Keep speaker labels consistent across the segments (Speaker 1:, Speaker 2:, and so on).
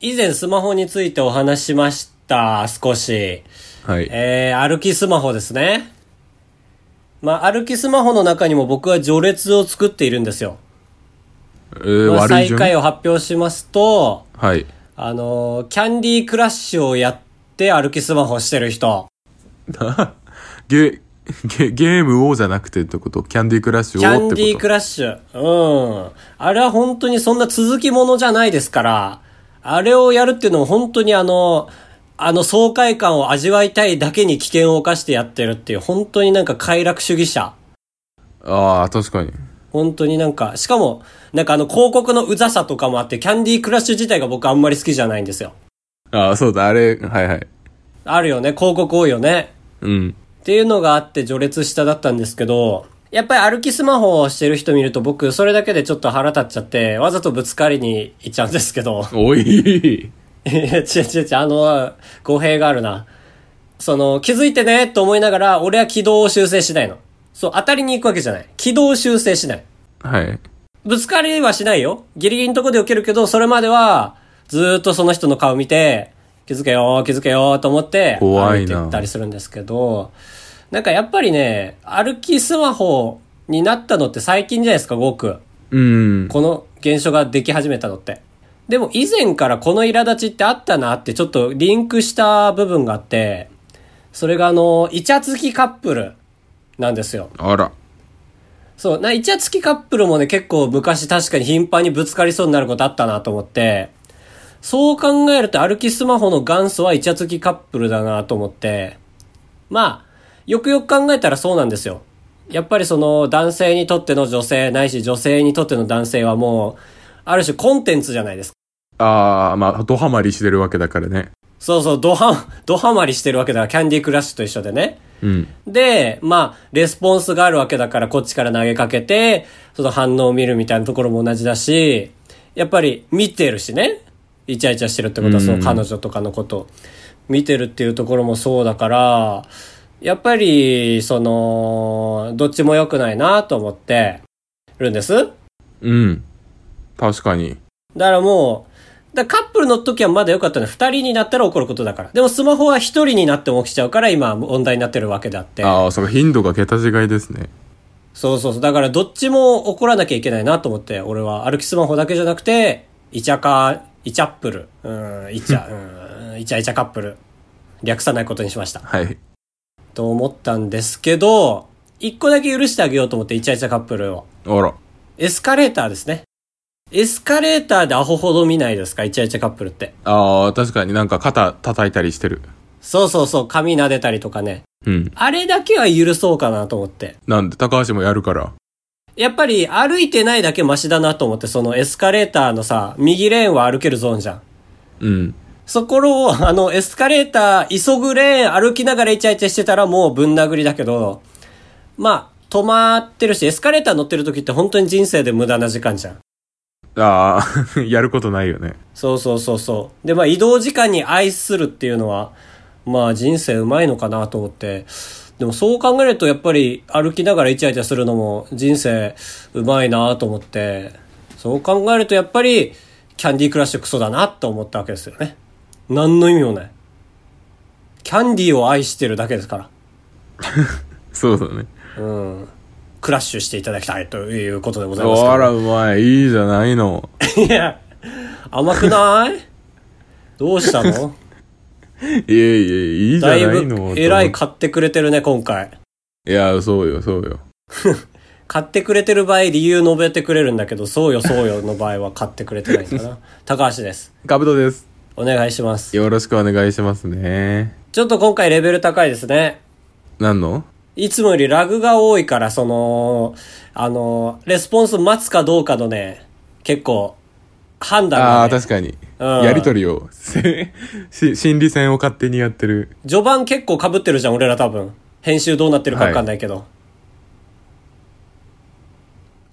Speaker 1: 以前スマホについてお話ししました、少し。
Speaker 2: はい。
Speaker 1: えー、歩きスマホですね。まあ、歩きスマホの中にも僕は序列を作っているんですよ。
Speaker 2: えー、
Speaker 1: まあ
Speaker 2: 悪い
Speaker 1: 最
Speaker 2: 順
Speaker 1: 下位を発表しますと、
Speaker 2: はい。
Speaker 1: あのー、キャンディークラッシュをやって歩きスマホしてる人。
Speaker 2: ゲ、ゲ、ゲーム王じゃなくてってことキャンディークラッシュ
Speaker 1: キャ
Speaker 2: 王
Speaker 1: ン
Speaker 2: ってこと
Speaker 1: ディークラッシュ。うん。あれは本当にそんな続きものじゃないですから、あれをやるっていうのも本当にあの、あの爽快感を味わいたいだけに危険を冒してやってるっていう、本当になんか快楽主義者。
Speaker 2: ああ、確かに。
Speaker 1: 本当になんか、しかも、なんかあの広告のうざさとかもあって、キャンディークラッシュ自体が僕あんまり好きじゃないんですよ。
Speaker 2: ああ、そうだ、あれ、はいはい。
Speaker 1: あるよね、広告多いよね。
Speaker 2: うん。
Speaker 1: っていうのがあって序列下だったんですけど、やっぱり歩きスマホをしてる人見ると僕それだけでちょっと腹立っちゃって、わざとぶつかりに行っちゃうんですけど。
Speaker 2: おい。
Speaker 1: いや、違う違う違う、あの、語弊があるな。その、気づいてねと思いながら、俺は軌道を修正しないの。そう、当たりに行くわけじゃない。軌道を修正しない。
Speaker 2: はい。
Speaker 1: ぶつかりはしないよ。ギリギリのとこで受けるけど、それまでは、ずーっとその人の顔見て、気づけよー、気づけよーと思って、
Speaker 2: 怖
Speaker 1: 歩い
Speaker 2: いな
Speaker 1: てったりするんですけど、なんかやっぱりね、歩きスマホになったのって最近じゃないですか、ごく。
Speaker 2: うん。
Speaker 1: この現象ができ始めたのって。でも以前からこの苛立ちってあったなってちょっとリンクした部分があって、それがあの、イチャつきカップルなんですよ。
Speaker 2: あら。
Speaker 1: そう、な、イチャつきカップルもね、結構昔確かに頻繁にぶつかりそうになることあったなと思って、そう考えると歩きスマホの元祖はイチャつきカップルだなと思って、まあ、よくよく考えたらそうなんですよ。やっぱりその男性にとっての女性ないし女性にとっての男性はもう、ある種コンテンツじゃないですか。
Speaker 2: ああ、まあ、ドハマりしてるわけだからね。
Speaker 1: そうそう、ドハ、ドハマりしてるわけだから、キャンディークラッシュと一緒でね。
Speaker 2: うん。
Speaker 1: で、まあ、レスポンスがあるわけだから、こっちから投げかけて、その反応を見るみたいなところも同じだし、やっぱり見てるしね。イチャイチャしてるってことは、その彼女とかのこと、見てるっていうところもそうだから、やっぱり、その、どっちも良くないなと思ってるんです。
Speaker 2: うん。確かに。
Speaker 1: だからもう、だからカップルの時はまだ良かったの。二人になったら起こることだから。でもスマホは一人になっても起きちゃうから、今問題になってるわけであって。
Speaker 2: ああ、そうか、頻度が桁違いですね。
Speaker 1: そうそうそう。だからどっちも怒らなきゃいけないなと思って、俺は歩きスマホだけじゃなくて、イチャカ、イチャップル、うん、イチャ、うん、イチャイチャカップル、略さないことにしました。
Speaker 2: はい。
Speaker 1: と思ったんですけど、一個だけ許してあげようと思って、イチャイチャカップルを。
Speaker 2: あら。
Speaker 1: エスカレーターですね。エスカレーターでアホほど見ないですか、イチャイチャカップルって。
Speaker 2: ああ、確かになんか肩叩いたりしてる。
Speaker 1: そうそうそう、髪撫でたりとかね。
Speaker 2: うん。
Speaker 1: あれだけは許そうかなと思って。
Speaker 2: なんで、高橋もやるから。
Speaker 1: やっぱり歩いてないだけマシだなと思って、そのエスカレーターのさ、右レーンは歩けるゾーンじゃん。
Speaker 2: うん。
Speaker 1: そこを、あの、エスカレーター、急ぐレーン歩きながらイチャイチャしてたらもうぶん殴りだけど、まあ、止まってるし、エスカレーター乗ってる時って本当に人生で無駄な時間じゃん。
Speaker 2: ああ、 やることないよね。
Speaker 1: そうそうそうそう。で、まあ移動時間に愛するっていうのは、まあ人生うまいのかなと思って。でもそう考えるとやっぱり歩きながらイチャイチャするのも人生うまいなと思って。そう考えるとやっぱりキャンディークラッシュクソだなと思ったわけですよね。何の意味もない。キャンディーを愛してるだけですから。
Speaker 2: そうだね。
Speaker 1: うん。クラッシュしていただきたいということでございますけど
Speaker 2: あら、うまい。いいじゃない の。
Speaker 1: いや、甘くないどうしたの
Speaker 2: いえいえ、いいじゃ
Speaker 1: だ
Speaker 2: ない
Speaker 1: ぶ
Speaker 2: いの。
Speaker 1: えらい買ってくれてるね、今回。
Speaker 2: いや、そうよ、そうよ。
Speaker 1: 買ってくれてる場合、理由述べてくれるんだけど、そうよ、そうよの場合は買ってくれてないんだ な。高橋です。
Speaker 2: カブトです。
Speaker 1: お願いします。
Speaker 2: よろしくお願いしますね。
Speaker 1: ちょっと今回レベル高いですね。
Speaker 2: 何の
Speaker 1: いつもよりラグが多いから、その、あの、レスポンス待つかどうかのね、結構、判断
Speaker 2: あ
Speaker 1: が、
Speaker 2: あ、
Speaker 1: ね、
Speaker 2: 確かに。
Speaker 1: うん
Speaker 2: やりとりを。せし心理戦を勝手にやってる。
Speaker 1: 序盤結構被ってるじゃん、俺ら多分。編集どうなってるかわかんないけど。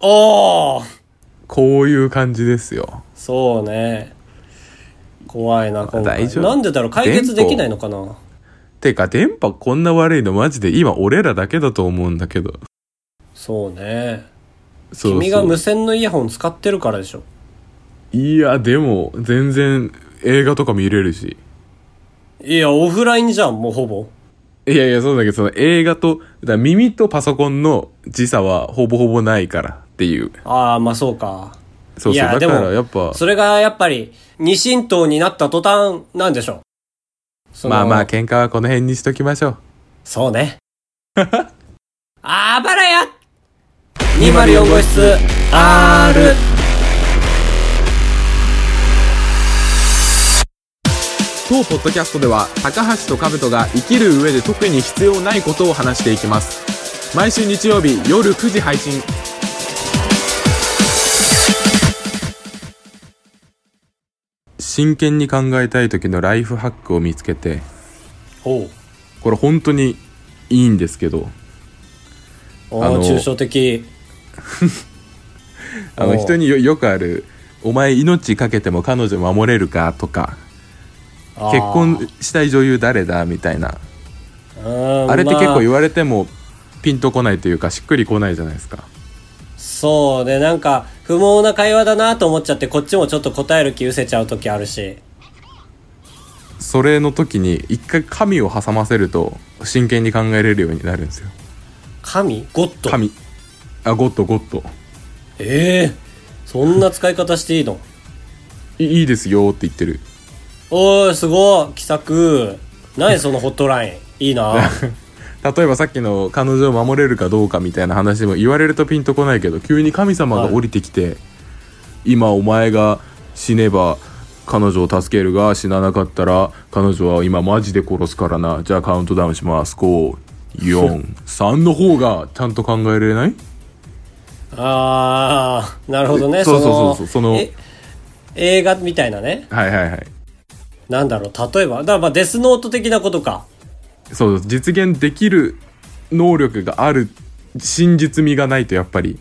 Speaker 1: おー
Speaker 2: こういう感じですよ。
Speaker 1: そうね。怖いな、今回。
Speaker 2: 大丈夫
Speaker 1: なんでだろう解決できないのかな
Speaker 2: てか、電波こんな悪いのマジで今俺らだけだと思うんだけど。
Speaker 1: そうね。
Speaker 2: そうそう
Speaker 1: 君が無線のイヤホン使ってるからでしょ。
Speaker 2: いや、でも、全然、映画とか見れるし。
Speaker 1: いや、オフラインじゃん、もうほぼ。
Speaker 2: いやいや、そうだけど、その映画と、だから耳とパソコンの時差はほぼほぼないからっていう。
Speaker 1: ああ、まあそうか。
Speaker 2: そうそう。
Speaker 1: いや
Speaker 2: だ
Speaker 1: で
Speaker 2: か
Speaker 1: も
Speaker 2: らやっぱ、
Speaker 1: それがやっぱり、二神党になった途端なんでしょう。その
Speaker 2: まあまあ、喧嘩はこの辺にしときましょう。
Speaker 1: そう ね。あばらや !204 号室 R!
Speaker 2: 当ポッドキャストでは高橋と兜が生きる上で特に必要ないことを話していきます毎週日曜日夜9時配信真剣に考えたい時のライフハックを見つけて
Speaker 1: おう。
Speaker 2: これ本当にいいんですけど
Speaker 1: お
Speaker 2: あの
Speaker 1: 抽象的。
Speaker 2: あの
Speaker 1: おう
Speaker 2: 人によよくある「お前命かけても彼女守れるか?」とか「
Speaker 1: あー
Speaker 2: 結婚したい女優誰だ?」みたいな
Speaker 1: うん
Speaker 2: あれって
Speaker 1: ま
Speaker 2: 結構言われてもピンとこないというかしっくりこないじゃないですか
Speaker 1: そうね、なんか、不毛な会話だなと思っちゃって、こっちもちょっと答える気失せちゃう時あるし。
Speaker 2: それの時に一回神を挟ませると真剣に考えれるようになるんですよ
Speaker 1: 神ゴッド
Speaker 2: 神あゴッドゴッド
Speaker 1: ええそんな使い方していいの
Speaker 2: いいいですよって言ってる
Speaker 1: おー、すごい気さく。何その ホットライン。いいな。
Speaker 2: 例えばさっきの彼女を守れるかどうかみたいな話も言われるとピンとこないけど急に神様が降りてきて、今お前が死ねば彼女を助けるが死ななかったら彼女は今マジで殺すからなじゃあカウントダウンします543の方がちゃんと考えられない
Speaker 1: あー、なるほどね。
Speaker 2: そうそうそうそうその
Speaker 1: え映画みたいなね。
Speaker 2: はいはいはい
Speaker 1: なんだろう、例えば。だからまあデスノート的なことか。
Speaker 2: そうです実現できる能力がある真実味がないとやっぱり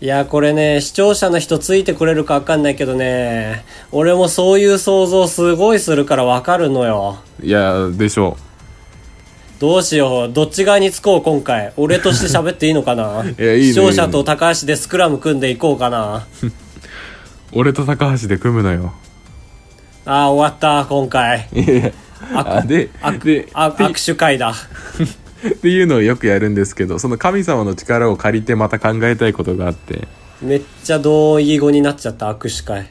Speaker 1: いや、これね、視聴者の人ついてくれるかわかんないけどね、俺もそういう想像すごいするからわかるのよ。
Speaker 2: いやでしょ
Speaker 1: どうしよう。どっち側につこう、今回。俺として喋っていいのかな
Speaker 2: や いいね
Speaker 1: 視聴者と高橋でスクラム組んでいこうかな。
Speaker 2: う俺と高橋で組むのよ
Speaker 1: ああ、終わった、今回。
Speaker 2: あでで
Speaker 1: あ握手会だ。
Speaker 2: っていうのをよくやるんですけどその神様の力を借りてまた考えたいことがあって
Speaker 1: めっちゃ同意語になっちゃった、握手会。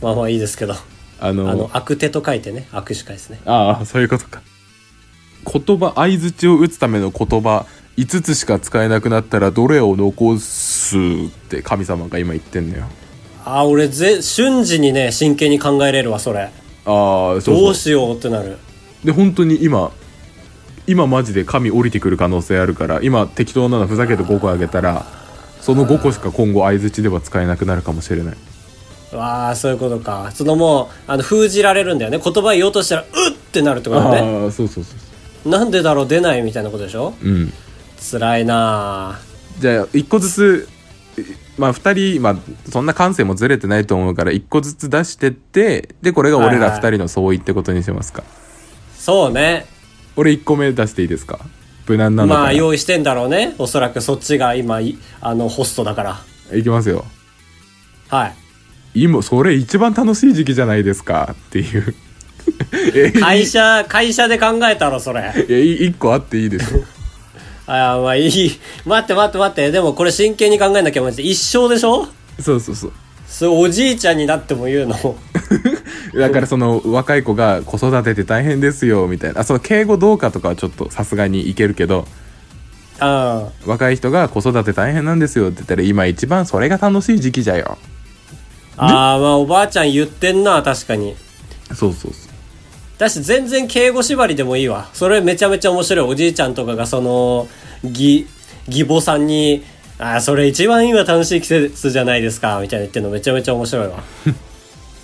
Speaker 1: まあまあいいですけど。
Speaker 2: あの
Speaker 1: あの、悪手と書いてね、握手会ですね。
Speaker 2: ああそういうことか言葉相づちを打つための言葉5つしか使えなくなったらどれを残すって神様が今言ってんのよ
Speaker 1: あー俺ぜ瞬時にね真剣に考えれるわそれ
Speaker 2: ああそう
Speaker 1: ど
Speaker 2: そう
Speaker 1: うしようってなる
Speaker 2: で本当に今今マジで神降りてくる可能性あるから今適当なのふざけて5個あげたらその5個しか今後相づちでは使えなくなるかもしれない
Speaker 1: わあそういうことかそのもうあの封じられるんだよね言葉言おうとしたら「うっ!」ってなるってことだね
Speaker 2: ああそうそうそうそ
Speaker 1: なんでだろう出ないみたいなことでしょ
Speaker 2: ううん
Speaker 1: 辛いな
Speaker 2: じゃあ1個ずつまあ2人、まあ、そんな感性もずれてないと思うから1個ずつ出してってでこれが俺ら2人の相違ってことにしますか、
Speaker 1: あそうね
Speaker 2: 俺1個目出していいですか無難なのか
Speaker 1: ま
Speaker 2: な
Speaker 1: あ用意してんだろうねおそらくそっちが今いあのホストだから
Speaker 2: いきますよ
Speaker 1: はい
Speaker 2: 今それ一番楽しい時期じゃないですかっていう え
Speaker 1: 会社会社で考えたろそれ
Speaker 2: いやい1個あっていいでしょ
Speaker 1: あーまあいい待って待って待ってでもこれ真剣に考えなきゃマジで一生でしょ
Speaker 2: そうそうそう
Speaker 1: それおじいちゃんになっても言うの
Speaker 2: だからその若い子が子育てて大変ですよみたいなあその敬語どうかとかはちょっとさすがにいけるけど
Speaker 1: ああ
Speaker 2: 若い人が子育て大変なんですよって言ったら今一番それが楽しい時期じゃよ
Speaker 1: あーまあおばあちゃん言ってんな確かに
Speaker 2: そうそうそ
Speaker 1: だし全然敬語縛りでもいいわそれめちゃめちゃ面白いおじいちゃんとかがその義義母さんに「あーそれ一番今楽しい季節じゃないですか」みたいな言ってるのめちゃめちゃ面白いわ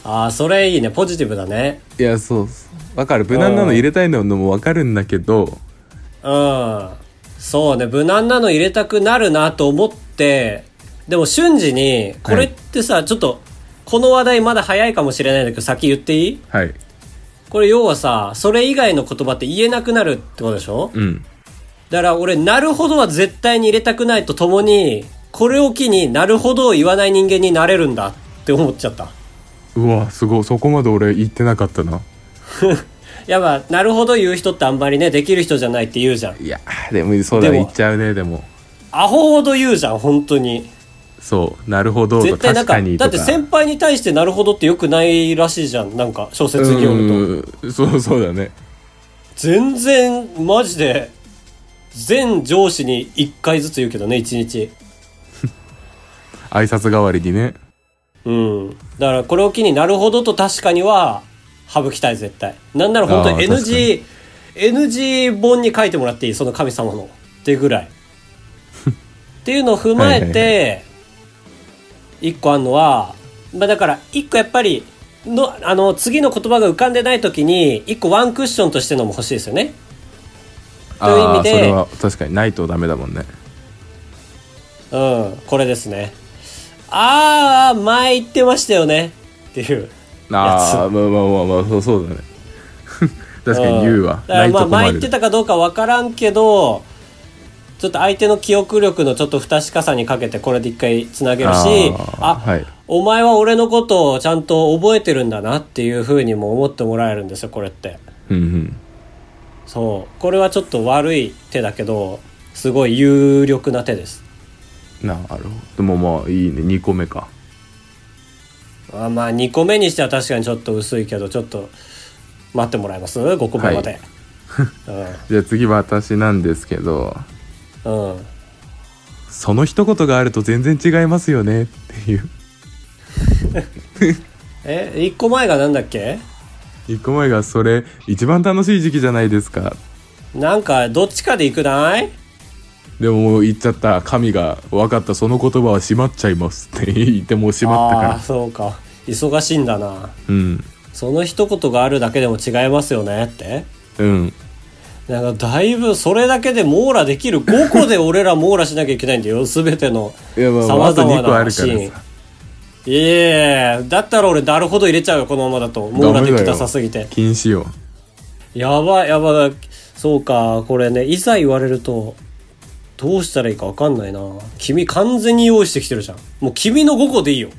Speaker 1: ああそれいいねポジティブだね
Speaker 2: ういやそうそうわかる無難なの入れたいのもわかるんだけど
Speaker 1: うんそうね無難なの入れたくなるなと思ってでも瞬時にこれってさ、ちょっとこの話題まだ早いかもしれないんだけど先言っていい
Speaker 2: はい
Speaker 1: これ要はさ、それ以外の言葉って言えなくなるってことでしょ
Speaker 2: うん
Speaker 1: だから俺、なるほどは絶対に入れたくないとともに、これを機になるほどを言わない人間になれるんだって思っちゃった。
Speaker 2: うわすごいそこまで俺言ってなかったない
Speaker 1: やまあなるほど言う人ってあんまりねできる人じゃないって言うじゃん
Speaker 2: いやでもそうだ
Speaker 1: で
Speaker 2: ね
Speaker 1: も
Speaker 2: 言っちゃうねでも
Speaker 1: アホほど言うじゃん本当に
Speaker 2: そうなるほどと
Speaker 1: 絶対なん
Speaker 2: 確
Speaker 1: か
Speaker 2: かに
Speaker 1: だ
Speaker 2: と
Speaker 1: っ
Speaker 2: か
Speaker 1: て先輩に対してなるほどってよくないらしいじゃんなんか小説によると
Speaker 2: うんそうそうだね
Speaker 1: 全然マジで全上司に1回ずつ言うけどね1日
Speaker 2: 挨拶代わりにね
Speaker 1: うんだからこれを機になるほどと確かには省きたい絶対なんなら本当に
Speaker 2: あー確かに
Speaker 1: NG NG 本に書いてもらっていいその神様のってぐらいっていうのを踏まえ
Speaker 2: は
Speaker 1: て1個あるのは、まあ、だから1個やっぱりのあの次の言葉が浮かんでない時に1個ワンクッションとしてのも欲しいですよねという意
Speaker 2: ああ
Speaker 1: 味で
Speaker 2: それは確かにないとダメだもんね
Speaker 1: うん、これですね。あー、前言ってましたよね。っていう。
Speaker 2: ああまあまあまあまあそうそうだね 確かに言うわ
Speaker 1: だか
Speaker 2: な
Speaker 1: ら
Speaker 2: いと
Speaker 1: まあ
Speaker 2: 困
Speaker 1: 前言っ
Speaker 2: る
Speaker 1: てたかどうかわからんけど、ちょっと相手の記憶力のちょっと不確かさにかけてこれで一回つなげるし、あ、
Speaker 2: あーはい
Speaker 1: お前は俺のことをちゃんと覚えてるんだなっていうふうにも思ってもらえるんですよ、これって。
Speaker 2: うんうん
Speaker 1: そう。これはちょっと悪い手だけど、すごい有力な手です。
Speaker 2: なるほどでもまあいいね2個目か
Speaker 1: あまあ2個目にしては確かにちょっと薄いけどちょっと待ってもらえます ?5 個目まで、
Speaker 2: じゃあ次私なんですけど
Speaker 1: うんうん
Speaker 2: その一言があると全然違いますよねっていう
Speaker 1: え1個前がなんだっけ
Speaker 2: 1個前がそれ一番楽しい時期じゃないですか
Speaker 1: なんかどっちかでいくない
Speaker 2: でももう言っちゃった神が分かったその言葉は閉まっちゃいますって言ってもう閉まったか
Speaker 1: ああー
Speaker 2: ら
Speaker 1: そうか忙しいんだな
Speaker 2: うん
Speaker 1: その一言があるだけでも違いますよねって
Speaker 2: うん
Speaker 1: なんかだいぶそれだけで網羅できる5個で俺ら網羅しなきゃいけないんだよ全ての
Speaker 2: いやまあまああと2個ある
Speaker 1: シ
Speaker 2: か
Speaker 1: ーン
Speaker 2: らさ
Speaker 1: いえいえだったら俺なるほど入れちゃうよこのままだと網羅できなさすぎて
Speaker 2: 禁止よ
Speaker 1: やばいやばいそうかこれねいざ言われるとどうしたらいいか分かんないな君完全に用意してきてるじゃんもう君の5個でいいよ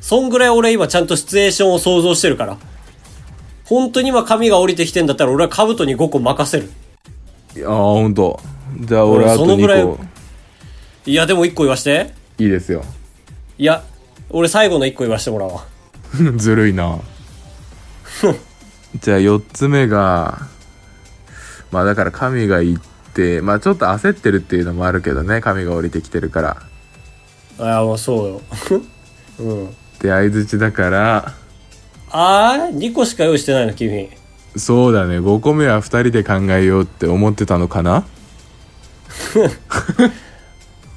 Speaker 1: そんぐらい俺今ちゃんとシチュエーションを想像してるから本当に今髪が降りてきてんだったら俺は兜に5個任せる
Speaker 2: ああほんとじゃあ俺
Speaker 1: 俺
Speaker 2: あと
Speaker 1: そのぐらい
Speaker 2: 2個
Speaker 1: いやでも1個言わして
Speaker 2: いいですよ
Speaker 1: いや俺最後の1個言わしてもらおうわ
Speaker 2: ずるいなじゃあ4つ目がまあだから神が言ってまあちょっと焦ってるっていうのもあるけどね神が降りてきてるから
Speaker 1: ああもうそうよ うん
Speaker 2: で相づちだから
Speaker 1: ああ2個しか用意してないの君
Speaker 2: そうだね5個目は2人で考えようって思ってたのかな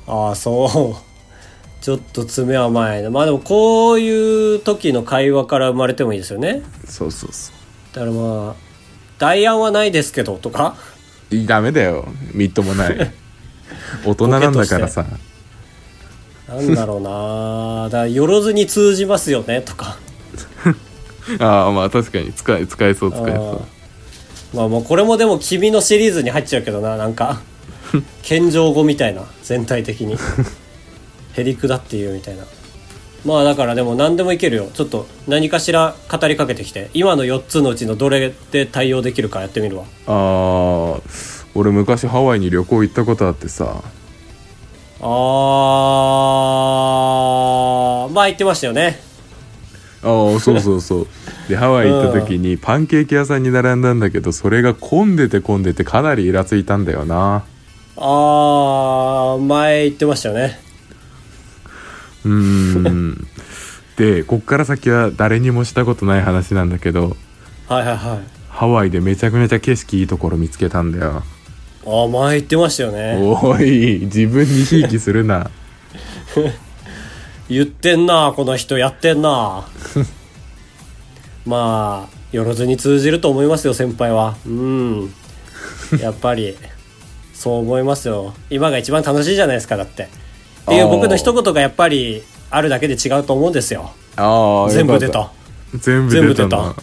Speaker 1: ああそう ちょっと爪甘いなまあでもこういう時の会話から生まれてもいいですよね
Speaker 2: そうそうそ
Speaker 1: だからまあ「代案はないですけど」とか
Speaker 2: ういいダメだよみっともない大人なんだからさ
Speaker 1: なんだろうなだからよろずに通じますよねとか
Speaker 2: ああまあ確かに使え使えそう使え
Speaker 1: あ
Speaker 2: そ
Speaker 1: ーまあもうこれもでも君のシリーズに入っちゃうけどななんか謙譲語みたいな全体的にへりくだっていうみたいなまあだからでも何でもいけるよちょっと何かしら語りかけてきて今の4つのうちのどれで対応できるかやってみるわ
Speaker 2: うああ俺昔ハワイに旅行行ったことあってさ
Speaker 1: あーまあ言ってましたよね
Speaker 2: ああそうそうそうでハワイ行った時にパンケーキ屋さんに並んだんだけどそれが混んでて混んでてかなりイラついたんだよな
Speaker 1: あー前言ってましたよね
Speaker 2: うーんでこっから先は誰にもしたことない話なんだけど
Speaker 1: はいはいはい
Speaker 2: ハワイでめちゃくちゃ景色いいところ見つけたんだよ
Speaker 1: あー前言ってましたよね
Speaker 2: おい自分にひいきするな
Speaker 1: 言ってんなこの人やってん なまあよろずに通じると思いますよ先輩はうんやっぱりそう思いますよ今が一番楽しいじゃないですかだってっていう
Speaker 2: あー
Speaker 1: 僕の一言がやっぱりあるだけで違うと思うんですよ
Speaker 2: ああ
Speaker 1: 全部出た
Speaker 2: 全部出た
Speaker 1: 全部出
Speaker 2: な
Speaker 1: た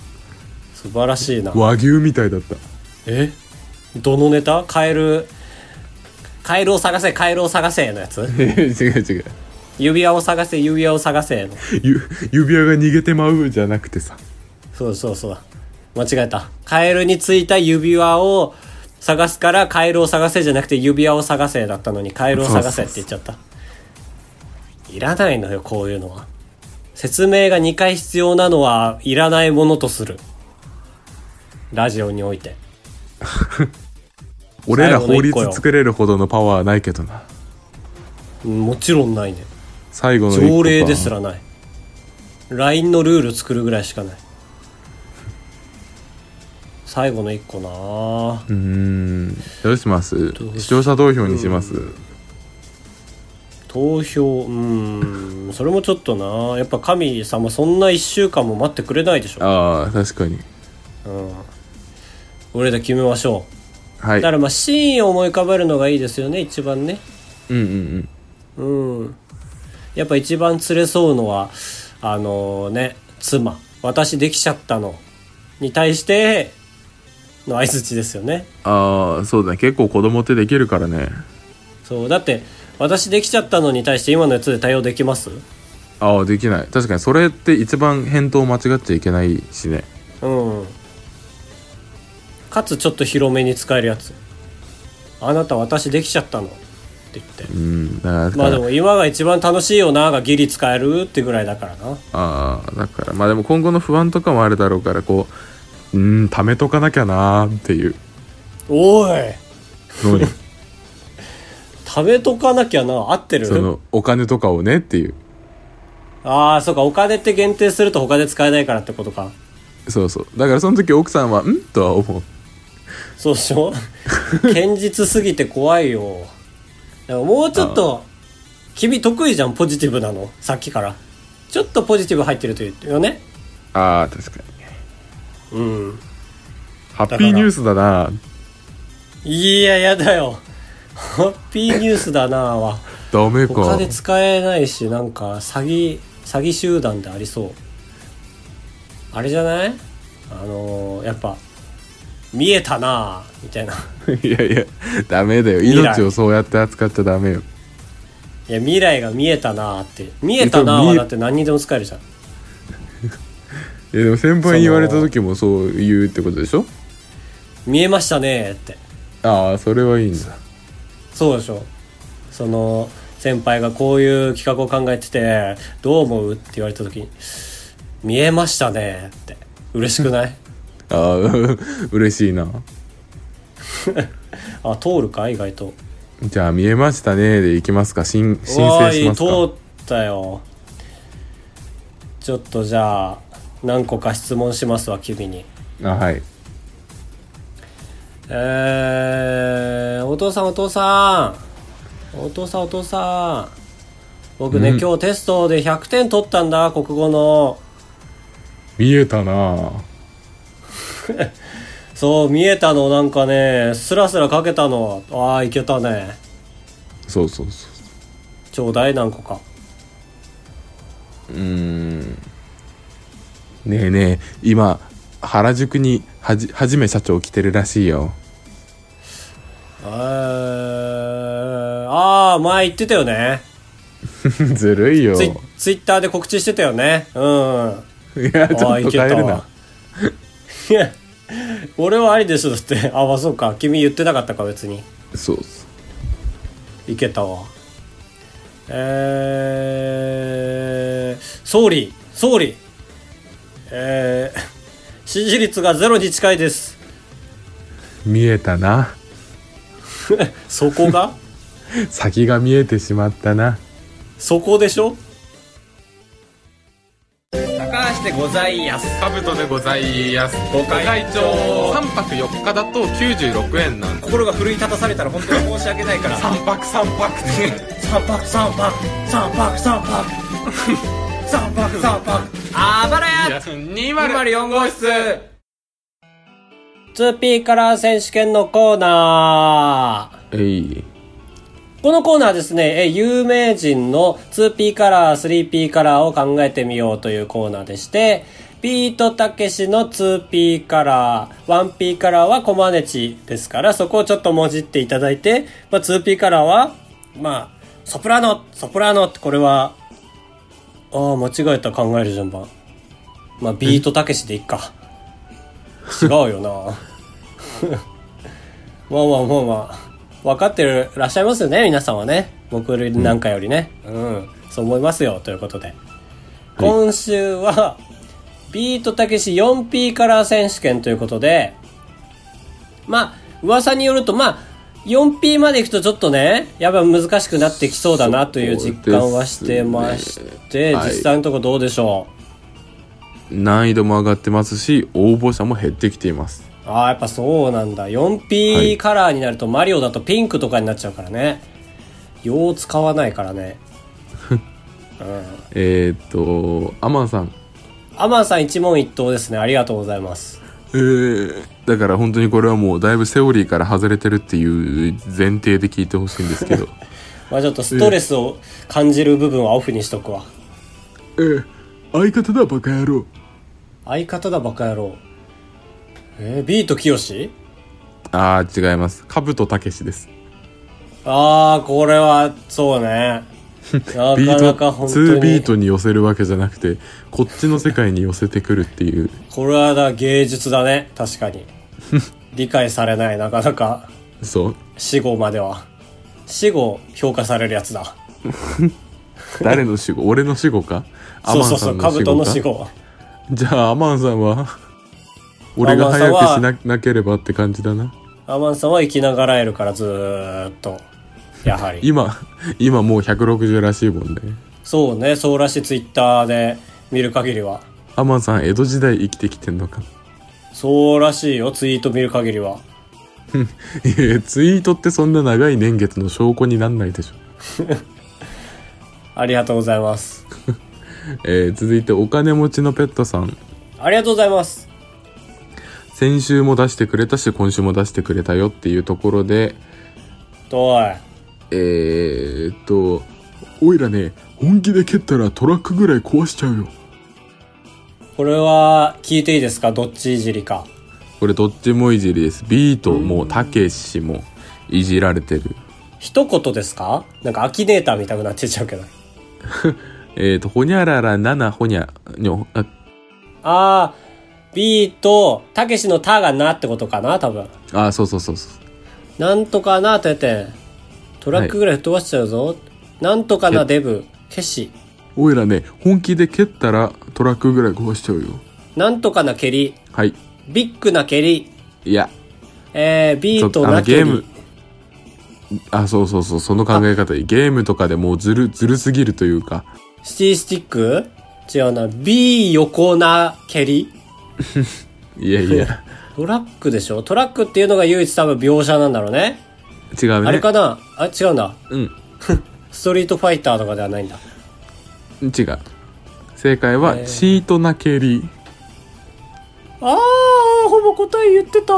Speaker 1: 素晴らしいな
Speaker 2: 和牛みたいだった
Speaker 1: えどのネタカエルカエルを探せカエルを探せのやつ
Speaker 2: え違う違う
Speaker 1: 指輪を探せ、指輪を探せの。
Speaker 2: ゆ指輪が逃げてまうじゃなくてさ
Speaker 1: そうそうそう。間違えた。カエルについた指輪を探すから、カエルを探せじゃなくて指輪を探せだったのに、カエルを探せって言っちゃった。いらないのよ、こういうのは。説明が2回必要なのは、いらないものとする。ラジオにおいて。
Speaker 2: 俺ら
Speaker 1: 最後の
Speaker 2: 法
Speaker 1: 一
Speaker 2: 律
Speaker 1: 個よ
Speaker 2: 作れるほどのパワーはないけどな
Speaker 1: うんもちろんないね。
Speaker 2: 最後の一個か
Speaker 1: 条例ですらない。LINE のルール作るぐらいしかない。最後の1個なぁ。
Speaker 2: うーんどうします
Speaker 1: どうし
Speaker 2: 視聴者投票にします
Speaker 1: 投票うーんそれもちょっとなやっぱ神様そんな1週間も待ってくれないでしょ、
Speaker 2: ああ確かに
Speaker 1: うん、俺ら決めましょ
Speaker 2: は
Speaker 1: う
Speaker 2: い
Speaker 1: だからまあシーンを思い浮かべるのがいいですよね一番ね
Speaker 2: うんうんうん
Speaker 1: うんやっぱ一番連れ添うのはあのね妻私できちゃったのに対しての相槌ですよね
Speaker 2: ああそうだね結構子供ってできるからね
Speaker 1: そうだって私できちゃったのに対して今のやつで対応できます
Speaker 2: ああできない確かにそれって一番返答間違っちゃいけないしね
Speaker 1: うんかつちょっと広めに使えるやつあなた私できちゃったのって言って
Speaker 2: うんだから
Speaker 1: まあでも今が一番楽しいよながギリ使えるってぐらいだからな
Speaker 2: ああだからまあでも今後の不安とかもあるだろうからこううーん貯めとかなきゃなーっ ていう
Speaker 1: おい
Speaker 2: のに
Speaker 1: 食べとかなきゃな合って
Speaker 2: そ
Speaker 1: る
Speaker 2: のお金とかをねっていう
Speaker 1: ああそうかお金って限定すると他で使えないからってことか
Speaker 2: そうそうだからその時奥さんは「ん?」とは思う
Speaker 1: そうでし ょ堅実すぎて怖いよでももうちょっと君得意じゃんポジティブなのさっきからちょっとポジティブ入ってるというよね
Speaker 2: ああ確かに
Speaker 1: うん
Speaker 2: ハッピーニュースだなー
Speaker 1: いや、やだよ。ハッピーニュースだなあは。
Speaker 2: ダメか
Speaker 1: 他で使えないし、なんか、詐欺、詐欺集団でありそう。あれじゃないあのー、やっぱ、見えたなあみたいな。
Speaker 2: いやいやダメだよ
Speaker 1: 未来
Speaker 2: 命をそうやって扱っちゃダメよ
Speaker 1: いや、未来が見えたなあって。見えたなあ
Speaker 2: えっと見
Speaker 1: は
Speaker 2: え
Speaker 1: だって何にでも使えるじゃん。
Speaker 2: いやでも先輩に言われた時もそう言うってことでしょ
Speaker 1: 見えましたねって。
Speaker 2: ああそれはいいんだ
Speaker 1: そうでしょ。その、先輩がこういう企画を考えてて、どう思うって言われた時に、見えましたねって。嬉しくない
Speaker 2: ああ嬉しいな
Speaker 1: あ通るか意外と
Speaker 2: じゃあ見えましたねでいきますか申申
Speaker 1: わー
Speaker 2: 請し
Speaker 1: い
Speaker 2: ますか
Speaker 1: 通ったよちょっとじゃあ何個か質問しますわ君に
Speaker 2: あはい
Speaker 1: えー、お父さんお父さんお父さんお父さん僕ね、
Speaker 2: うん
Speaker 1: 今日テストで100点取ったんだ国語の
Speaker 2: 見えたな
Speaker 1: そう見えたのなんかねスラスラかけたのああいけたね
Speaker 2: そうそうそ
Speaker 1: ちょうだい何個か
Speaker 2: ううーんねえねえ今原宿にはじはじめ社長来てるらしいよ
Speaker 1: えー、ああ前言ってたよね
Speaker 2: ずるいよ
Speaker 1: ツイツイッターで告知してたよねうんあ
Speaker 2: いやちょ
Speaker 1: あ
Speaker 2: っ
Speaker 1: い
Speaker 2: と
Speaker 1: け
Speaker 2: 変え
Speaker 1: た
Speaker 2: る
Speaker 1: わ
Speaker 2: な
Speaker 1: いや俺はありでしょだって あまあそうか君言ってなかったか別に
Speaker 2: そうそう
Speaker 1: いけたわえー、総理総理えー、支持率がゼロに近いです
Speaker 2: 見えたな
Speaker 1: そこ が
Speaker 2: 先が見えてしまったな
Speaker 1: そこでしょ高橋でございやす
Speaker 2: カブトでございますご
Speaker 1: 会長
Speaker 2: 3泊4日だと96円なんだ
Speaker 1: 心が奮い立たされたら本当に申し訳ないから
Speaker 2: 3泊3泊ね
Speaker 1: 三泊三泊三泊三泊三泊三泊あばらや
Speaker 2: 204号室
Speaker 1: 2P カラー選手権のコーナー
Speaker 2: えい
Speaker 1: このコーナーはですね、え有名人の 2P カラー、3P カラーを考えてみようというコーナーでして、ビートたけしの 2P カラー、1P カラーはコマネチですから、そこをちょっともじっていただいて、まあ、2P カラーは、まあ、ソプラノソプラノってこれは、ああ、間違えた考える順番。まあ、ビートたけしでいっか。違うよな。 まあまあまあまあ。分かってるらっしゃいますよね、皆さんはね。僕なんかよりね。うん、そう思いますよ、ということで。今週は、ビートたけし 4P カラー選手権ということで、まあ、噂によると、まあ、4P まで行くとちょっとね、やっぱ難しくなってきそうだなという実感はしてまし
Speaker 2: そうです
Speaker 1: て、
Speaker 2: ねはい
Speaker 1: 実際のとこどうでしょ
Speaker 2: 難易度も上がってますし応募者も減ってきています
Speaker 1: う、ああ、やっぱそうなんだ。
Speaker 2: は
Speaker 1: 4P
Speaker 2: い
Speaker 1: カラーになると、マリオだとピンクとかになっちゃうからね。よう使わないからね。うん。
Speaker 2: えー、っとアマンさん
Speaker 1: アマンさん一問一答ですね。ありがとうございます。
Speaker 2: えー、だから本当にこれはもうだいぶセオリーから外れてるっていう前提で聞いてほしいんですけど
Speaker 1: まあちょっとストレスを感じる部分はオフにしとくわ。
Speaker 2: えー、相方だバカ野郎
Speaker 1: 相方だバカ野郎。えー、ビートきよし
Speaker 2: ああ違いますカブトたけしです
Speaker 1: ああ、これは、そう ね。な
Speaker 2: ビ
Speaker 1: かな
Speaker 2: ー
Speaker 1: か
Speaker 2: ト
Speaker 1: 本
Speaker 2: 2
Speaker 1: 当
Speaker 2: ビー
Speaker 1: に。
Speaker 2: トに寄せるわけじゃなくてこっちの世界に寄せてくるっていう
Speaker 1: これはだ芸術だね。確か に。理解されない、なかなか。
Speaker 2: そう
Speaker 1: 死後までは。死後評価されるやつだ。
Speaker 2: 誰の死後俺の死後かア
Speaker 1: そう
Speaker 2: マ
Speaker 1: そ
Speaker 2: ン
Speaker 1: う
Speaker 2: さ
Speaker 1: そ
Speaker 2: ん
Speaker 1: う、
Speaker 2: の
Speaker 1: カ
Speaker 2: 死
Speaker 1: ブト
Speaker 2: 後
Speaker 1: の
Speaker 2: か
Speaker 1: 死後。
Speaker 2: じゃあアマンさんは俺が早くしななければって感じだな
Speaker 1: アマンさんは生きながらえるからずーっと。やはり。
Speaker 2: 今今もう160らしいもんね
Speaker 1: そうね、そうらしいツイッターで見る限りは。
Speaker 2: アマンさん江戸時代生きてきてんのか
Speaker 1: そうらしいよ、ツイート見る限りは。
Speaker 2: いやツイートってそんな長い年月の証拠になんないでしょ、
Speaker 1: ありがとうございます。
Speaker 2: えー続いてお金持ちのペットさん
Speaker 1: ありがとうございます。
Speaker 2: 先週も出してくれたし今週も出してくれたよっていうところで
Speaker 1: とい。
Speaker 2: えー、っとおいらね本気で蹴ったらトラックぐらい壊しちゃうよ
Speaker 1: これは聞いていいですかどっちいじりか。
Speaker 2: これどっちもいじりですビートもたけしもいじられてる
Speaker 1: 一言ですかなんかアキネーターみたくなってっちゃうけど。
Speaker 2: えー、っとほにゃららななほにゃにょあ
Speaker 1: あー、B と、たけしのたがなってことかな多分。
Speaker 2: あそうそうそうそう
Speaker 1: なんとかな、ててん。トラックぐらい吹っ飛ばしちゃうぞ。なんとかな、デブ。けし。
Speaker 2: おいらね本気で蹴ったらトラックぐらい壊しちゃうよ
Speaker 1: なんとかな、蹴り。
Speaker 2: はい
Speaker 1: ビッグな蹴り。
Speaker 2: いや
Speaker 1: えー、ビート
Speaker 2: あの
Speaker 1: な
Speaker 2: ゲ
Speaker 1: 蹴
Speaker 2: ーム
Speaker 1: り。
Speaker 2: あそうそうそうその考え方いいゲームとかでもうずるずるすぎるというか
Speaker 1: シティスティック違うな。B 横な蹴り。
Speaker 2: いやいや
Speaker 1: トラックでしょトラックっていうのが唯一多分描写なんだろうね。
Speaker 2: 違う ね
Speaker 1: あれかなあ、違うんだ。
Speaker 2: うん
Speaker 1: ストリートファイターとかではないんだ。
Speaker 2: 違う正解は、
Speaker 1: えー
Speaker 2: チートな蹴り
Speaker 1: あー、ほぼ答え言ってた。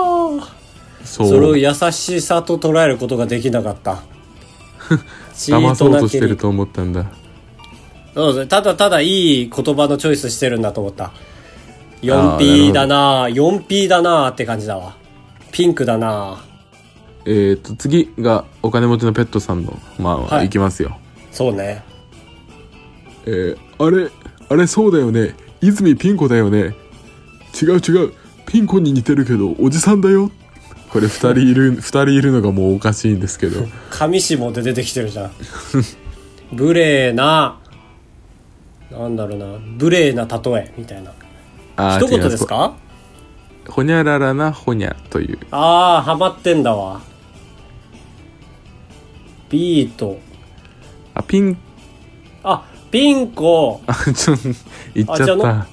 Speaker 2: そう
Speaker 1: それを優しさと捉えることができなかった。チ
Speaker 2: 騙
Speaker 1: ー
Speaker 2: そ
Speaker 1: ト
Speaker 2: う
Speaker 1: な
Speaker 2: とし
Speaker 1: 蹴
Speaker 2: て
Speaker 1: り
Speaker 2: る。と思ったんだ
Speaker 1: そうですねただただいい言葉のチョイスしてるんだと思った。
Speaker 2: あー
Speaker 1: 4P だ
Speaker 2: な
Speaker 1: なぁ、4P だなぁって感じだわ。ピンクだなぁ。
Speaker 2: えー、と次がお金持ちのペットさんのまあ、
Speaker 1: はい
Speaker 2: い、きますよ
Speaker 1: そうね。
Speaker 2: えあれあれそうだよね泉ピン子だよね違う違うピン子に似てるけどおじさんだよこれ2人い る二人いるのがもうおかしいんですけど
Speaker 1: 紙下で出てきてる じゃん無礼ななんだろうな無礼な例えみたいな
Speaker 2: あ
Speaker 1: 一
Speaker 2: ー
Speaker 1: 言
Speaker 2: 違いま
Speaker 1: ですか
Speaker 2: ほにゃららなほにゃという
Speaker 1: ああハマってんだわビート
Speaker 2: あピン
Speaker 1: あピンコ
Speaker 2: あちょっと言っちゃった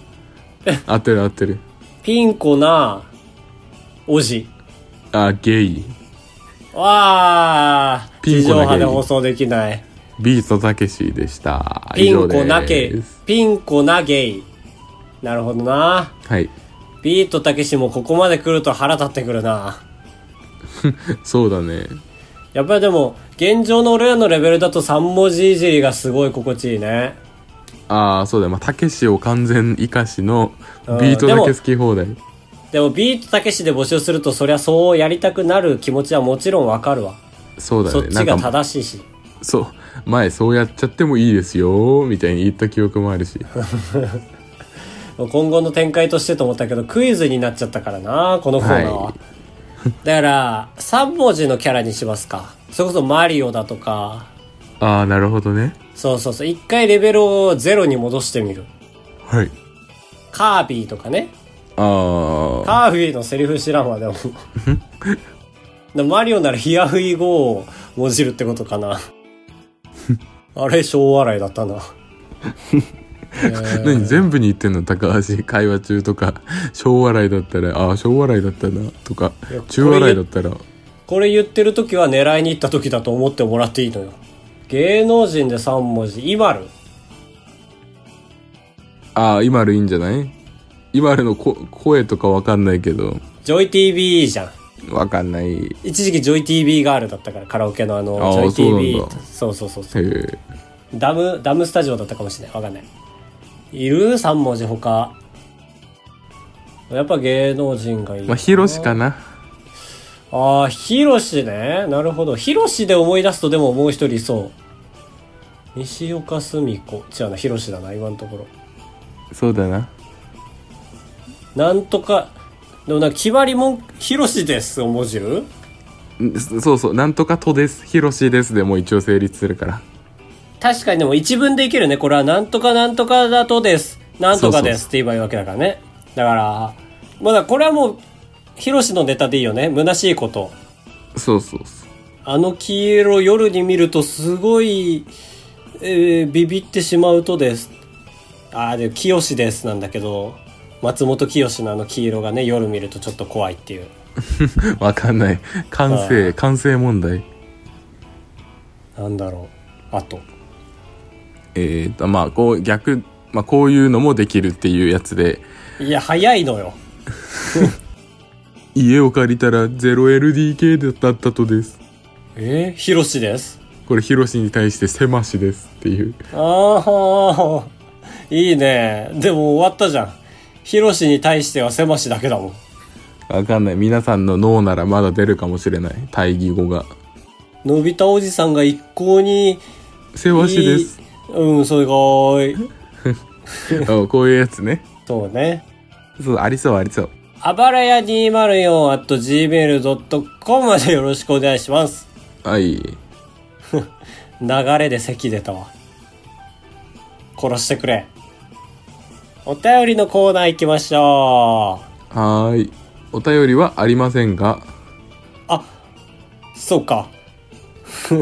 Speaker 2: 合ってる合ってる
Speaker 1: ピンコなおじ
Speaker 2: あゲイ
Speaker 1: わあ
Speaker 2: ピ
Speaker 1: 地
Speaker 2: ンコ
Speaker 1: 上
Speaker 2: な芸人
Speaker 1: 波で放送できない
Speaker 2: ビートたけしでした
Speaker 1: ピンコな
Speaker 2: 以上
Speaker 1: け
Speaker 2: です
Speaker 1: ピンコなゲイなるほどな
Speaker 2: はい
Speaker 1: ビートたけしもここまで来ると腹立ってくるな
Speaker 2: そうだね
Speaker 1: やっぱりでも、現状の俺らのレベルだと3文字いじりがすごい心地いいね。
Speaker 2: ああそうだよまあたけしを完全生かしの
Speaker 1: うん
Speaker 2: ビートだけ好き放題
Speaker 1: でも、ビートたけしで募集すると、そりゃそうやりたくなる気持ちはもちろんわかるわ。
Speaker 2: そうだ
Speaker 1: そ
Speaker 2: ね
Speaker 1: っちが
Speaker 2: なんか
Speaker 1: 正しいし。
Speaker 2: そう前そうやっちゃってもいいですよみたいに言った記憶もあ るし
Speaker 1: 今後の展開としてと思ったけどクイズになっちゃったからなこのコーナーは、
Speaker 2: はい
Speaker 1: だから3文字のキャラにしますかそれこそマリオだとか
Speaker 2: ああなるほどね
Speaker 1: そうそうそう一回レベルをゼロに戻してみる
Speaker 2: はい
Speaker 1: カービィとかね
Speaker 2: ああ
Speaker 1: カービィのセリフ知らんわでもでもマリオならヒアフイゴをもじるってことかなあれ小笑いだったなえー
Speaker 2: 何全部に言ってんの高橋会話中とか小笑いだったらああ小笑いだったなとか
Speaker 1: いや
Speaker 2: 中笑いだったら
Speaker 1: これ言ってる時は狙いに行った時だと思ってもらっていいのよ芸能人で3文字イマル
Speaker 2: ああ今るいいんじゃない今るのこ声とかわかんないけど
Speaker 1: ジョイ TV じゃん
Speaker 2: わかんないへ
Speaker 1: 一時期ジョイ TV ガールだったからカラオケのあの
Speaker 2: あー
Speaker 1: ジョイ
Speaker 2: そうなん
Speaker 1: TV
Speaker 2: だ
Speaker 1: そうそうそうそう
Speaker 2: え
Speaker 1: ダムダムスタジオだったかもしれないわかんないいる3文字他やっぱ芸能人がいい
Speaker 2: まあヒロシかな
Speaker 1: ああヒロシねなるほどヒロシで思い出すとでももう一人いそう西岡澄子違うなヒロシだな今のところ
Speaker 2: そうだな
Speaker 1: なんとか、でもなんか決まりもん、ひろしですをもじる
Speaker 2: んそうそうなんとかとですヒロシですでもう一応成立するから
Speaker 1: 確かにでも一文でいけるね。これはなんとかなんとかだとです。なんとかですって言えばいいわけだからね。だから、まあだからこれはもう、ひろしのネタでいいよね。虚しいこと。
Speaker 2: そうそうそう
Speaker 1: あの黄色夜に見るとすごい、えービビってしまうとです。ああ、でも、清ですなんだけど、松本清のあの黄色がね、夜見るとちょっと怖いっていう。
Speaker 2: わかんない感
Speaker 1: あ
Speaker 2: 性
Speaker 1: ー
Speaker 2: 感性問題
Speaker 1: なんだろう。あと。
Speaker 2: えー、とまあこう逆、まあ、こういうのもできるっていうやつで
Speaker 1: いや、早いのよ。
Speaker 2: 家を借りたら 0LDK だったとです
Speaker 1: えー、ひろしです。
Speaker 2: これヒロシに対して狭しですっていう
Speaker 1: ああ、いいね。でも終わったじゃん。ひろしに対しては狭しだけだもん。
Speaker 2: わかんない皆さんの脳ならまだ出るかもしれない対義語が
Speaker 1: のび太おじさんが一向に。
Speaker 2: 狭しです
Speaker 1: いい。うん、それがーい。
Speaker 2: あこういうやつね
Speaker 1: そうね。
Speaker 2: そうありそうありそう
Speaker 1: あばらや 204.gmail.com までよろしくお願いします。
Speaker 2: はい
Speaker 1: 流れで席出たわ。殺してくれ。お便りのコーナー行きましょう。
Speaker 2: はーいお便りはありませんが
Speaker 1: あそうか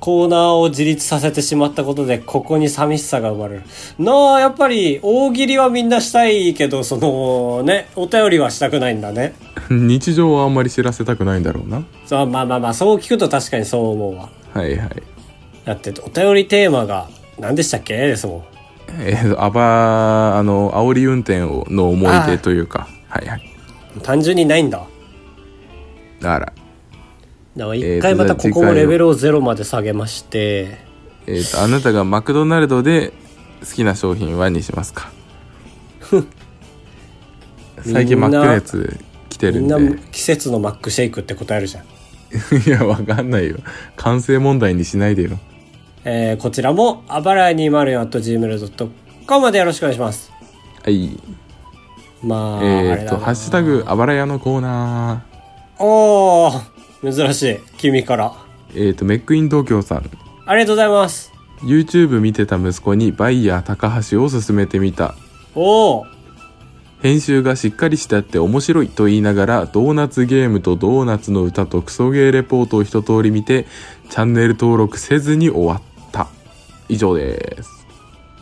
Speaker 1: コーナーを自立させてしまったことでここに寂しさが生まれるなあやっぱり大喜利はみんなしたいけどそのねお便りはしたくないんだね
Speaker 2: 日常はあんまり知らせたくないんだろうな
Speaker 1: そうまあまあまあそう聞くと確かにそう思うわ
Speaker 2: はいはい
Speaker 1: だってお便りテーマが何でしたっけですもん
Speaker 2: えーと、アバあの煽り運転をの思い出というかはいはい
Speaker 1: 単純にないんだ
Speaker 2: だ
Speaker 1: だ
Speaker 2: から
Speaker 1: から
Speaker 2: えー
Speaker 1: 一
Speaker 2: と
Speaker 1: 回またここも
Speaker 2: じゃあ次回を
Speaker 1: レベルをゼロまで下げまして
Speaker 2: えーとあなたがマクドナルドで好きな商品はにします か最近マックのやつ来て
Speaker 1: み
Speaker 2: るん
Speaker 1: ん
Speaker 2: で
Speaker 1: な季節のマックシェイクって答えるじゃん
Speaker 2: いやわかんないよ完成問題にしないでよ
Speaker 1: えーこちらも、あばらや 204.gmail.com までよろしくお願いします。
Speaker 2: はい
Speaker 1: まあ、あ
Speaker 2: え
Speaker 1: れ
Speaker 2: っ
Speaker 1: だ
Speaker 2: と「
Speaker 1: な
Speaker 2: ハッシュタグあばら屋」のコーナ
Speaker 1: おー、珍しい。君から。
Speaker 2: ーえっとメックイン東京さん
Speaker 1: ありがとうございます。
Speaker 2: YouTube 見てた息子にバイヤー高橋を勧めてみた
Speaker 1: おー、
Speaker 2: 編集がしっかりしてあって面白いと言いながらドーナツゲームとドーナツの歌とクソゲーレポートを一通り見てチャンネル登録せずに終わった以上です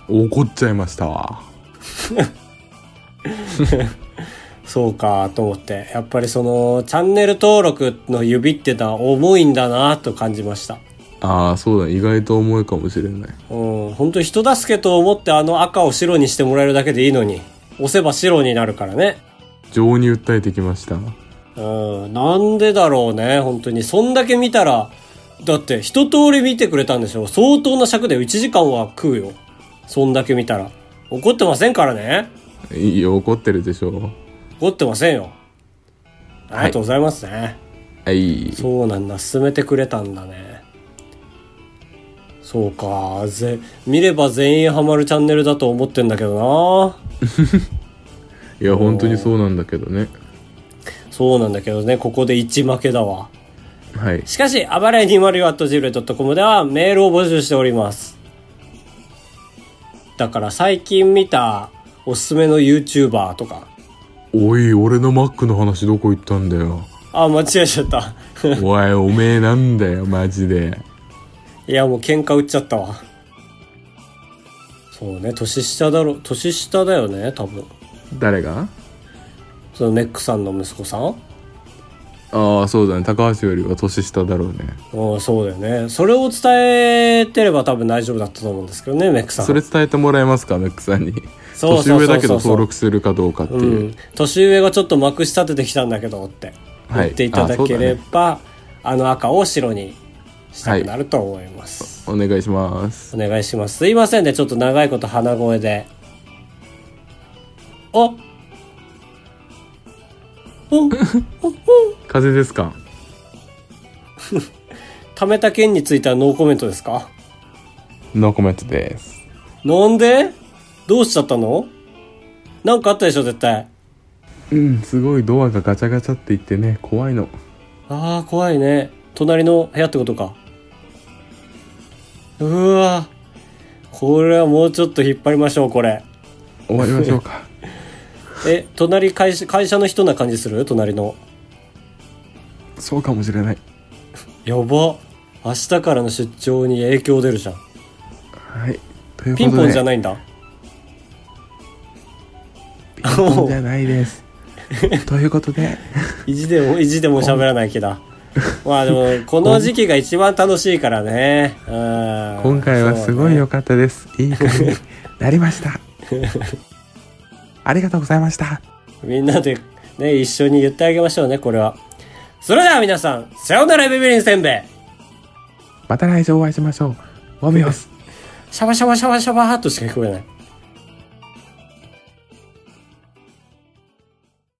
Speaker 2: 怒っちゃいました
Speaker 1: そうか、と思って。やっぱりその、チャンネル登録の指ってのは重いんだな、と感じました。
Speaker 2: ああそうだ意外と重いかもしれない
Speaker 1: うん、本当に人助けと思ってあの赤を白にしてもらえるだけでいいのに、押せば白になるからね。
Speaker 2: 情に訴えてきました
Speaker 1: うん、なんでだろうね、本当に。そんだけ見たら、だって一通り見てくれたんでしょ相当な尺で1時間は食うよ。そんだけ見たら。怒ってませんからね。
Speaker 2: いいよ怒ってるでしょ
Speaker 1: 怒ってませんよ。ありがとうございますね。
Speaker 2: はい
Speaker 1: そうなんだ、進めてくれたんだね。そうかぜ見れば全員ハマるチャンネルだと思ってんだけどない
Speaker 2: や本当にそうなんだけどね
Speaker 1: そうなんだけどねここで1負けだわ
Speaker 2: はい
Speaker 1: しかし、あばれ 204.gmail.com ではメールを募集しております。だから最近見たおすすめの YouTuber とか。
Speaker 2: おい俺のマックの話どこ行ったんだよ
Speaker 1: あ、間違えちゃった。
Speaker 2: おいおめえなんだよマジで
Speaker 1: いや、もう喧嘩売っちゃったわ。そうね、年下だろ、年下だよね、多分。
Speaker 2: 誰が
Speaker 1: そのメックさんの息子さん
Speaker 2: ああそうだね高橋よりは年下だろうね
Speaker 1: うん、そうだよね。それを伝えてれば多分大丈夫だったと思うんですけどね、メックさん。
Speaker 2: それ伝えてもらえますかメックさんに
Speaker 1: そうそうそ
Speaker 2: 年
Speaker 1: うそう
Speaker 2: 上だけど登録するかどうかって
Speaker 1: う、
Speaker 2: いうん
Speaker 1: 年上がちょっとまくし立ててきたんだけどって
Speaker 2: はい
Speaker 1: 言っていただければ、あの赤を白にしたくなると思います、
Speaker 2: お願いします
Speaker 1: お願いしますすいませんねちょっと長いこと鼻声でおお
Speaker 2: 風邪ですか
Speaker 1: 貯めた件についてはノーコメントですか
Speaker 2: ノーコメントです
Speaker 1: なんでどうしちゃったのなんかあったでしょ絶対
Speaker 2: うんすごいドアがガチャガチャって言ってね怖いの
Speaker 1: あー怖いね隣の部屋ってことかうーわこれはもうちょっと引っ張りましょうこれ
Speaker 2: 終わりましょうか
Speaker 1: え隣会社会社の人な感じする隣の
Speaker 2: そうかもしれない
Speaker 1: やば明日からの出張に影響出るじゃん
Speaker 2: はいということで
Speaker 1: ピンポンじゃ
Speaker 2: な
Speaker 1: な
Speaker 2: い
Speaker 1: いんだ
Speaker 2: ピンポンじゃないです ということで
Speaker 1: 意地でも意地でも喋らない気だまあでもこの時期が一番楽しいからねうん
Speaker 2: 今回はすごい良かったです、いい感じになりましたありがとうございました
Speaker 1: そうねみんなでね一緒に言ってあげましょうねこれはそれでは皆さんさようならビビリンせんべい
Speaker 2: また来週お会いしましょう。モミオス。
Speaker 1: シャバシャバシャバシャバーっとしか聞こえない。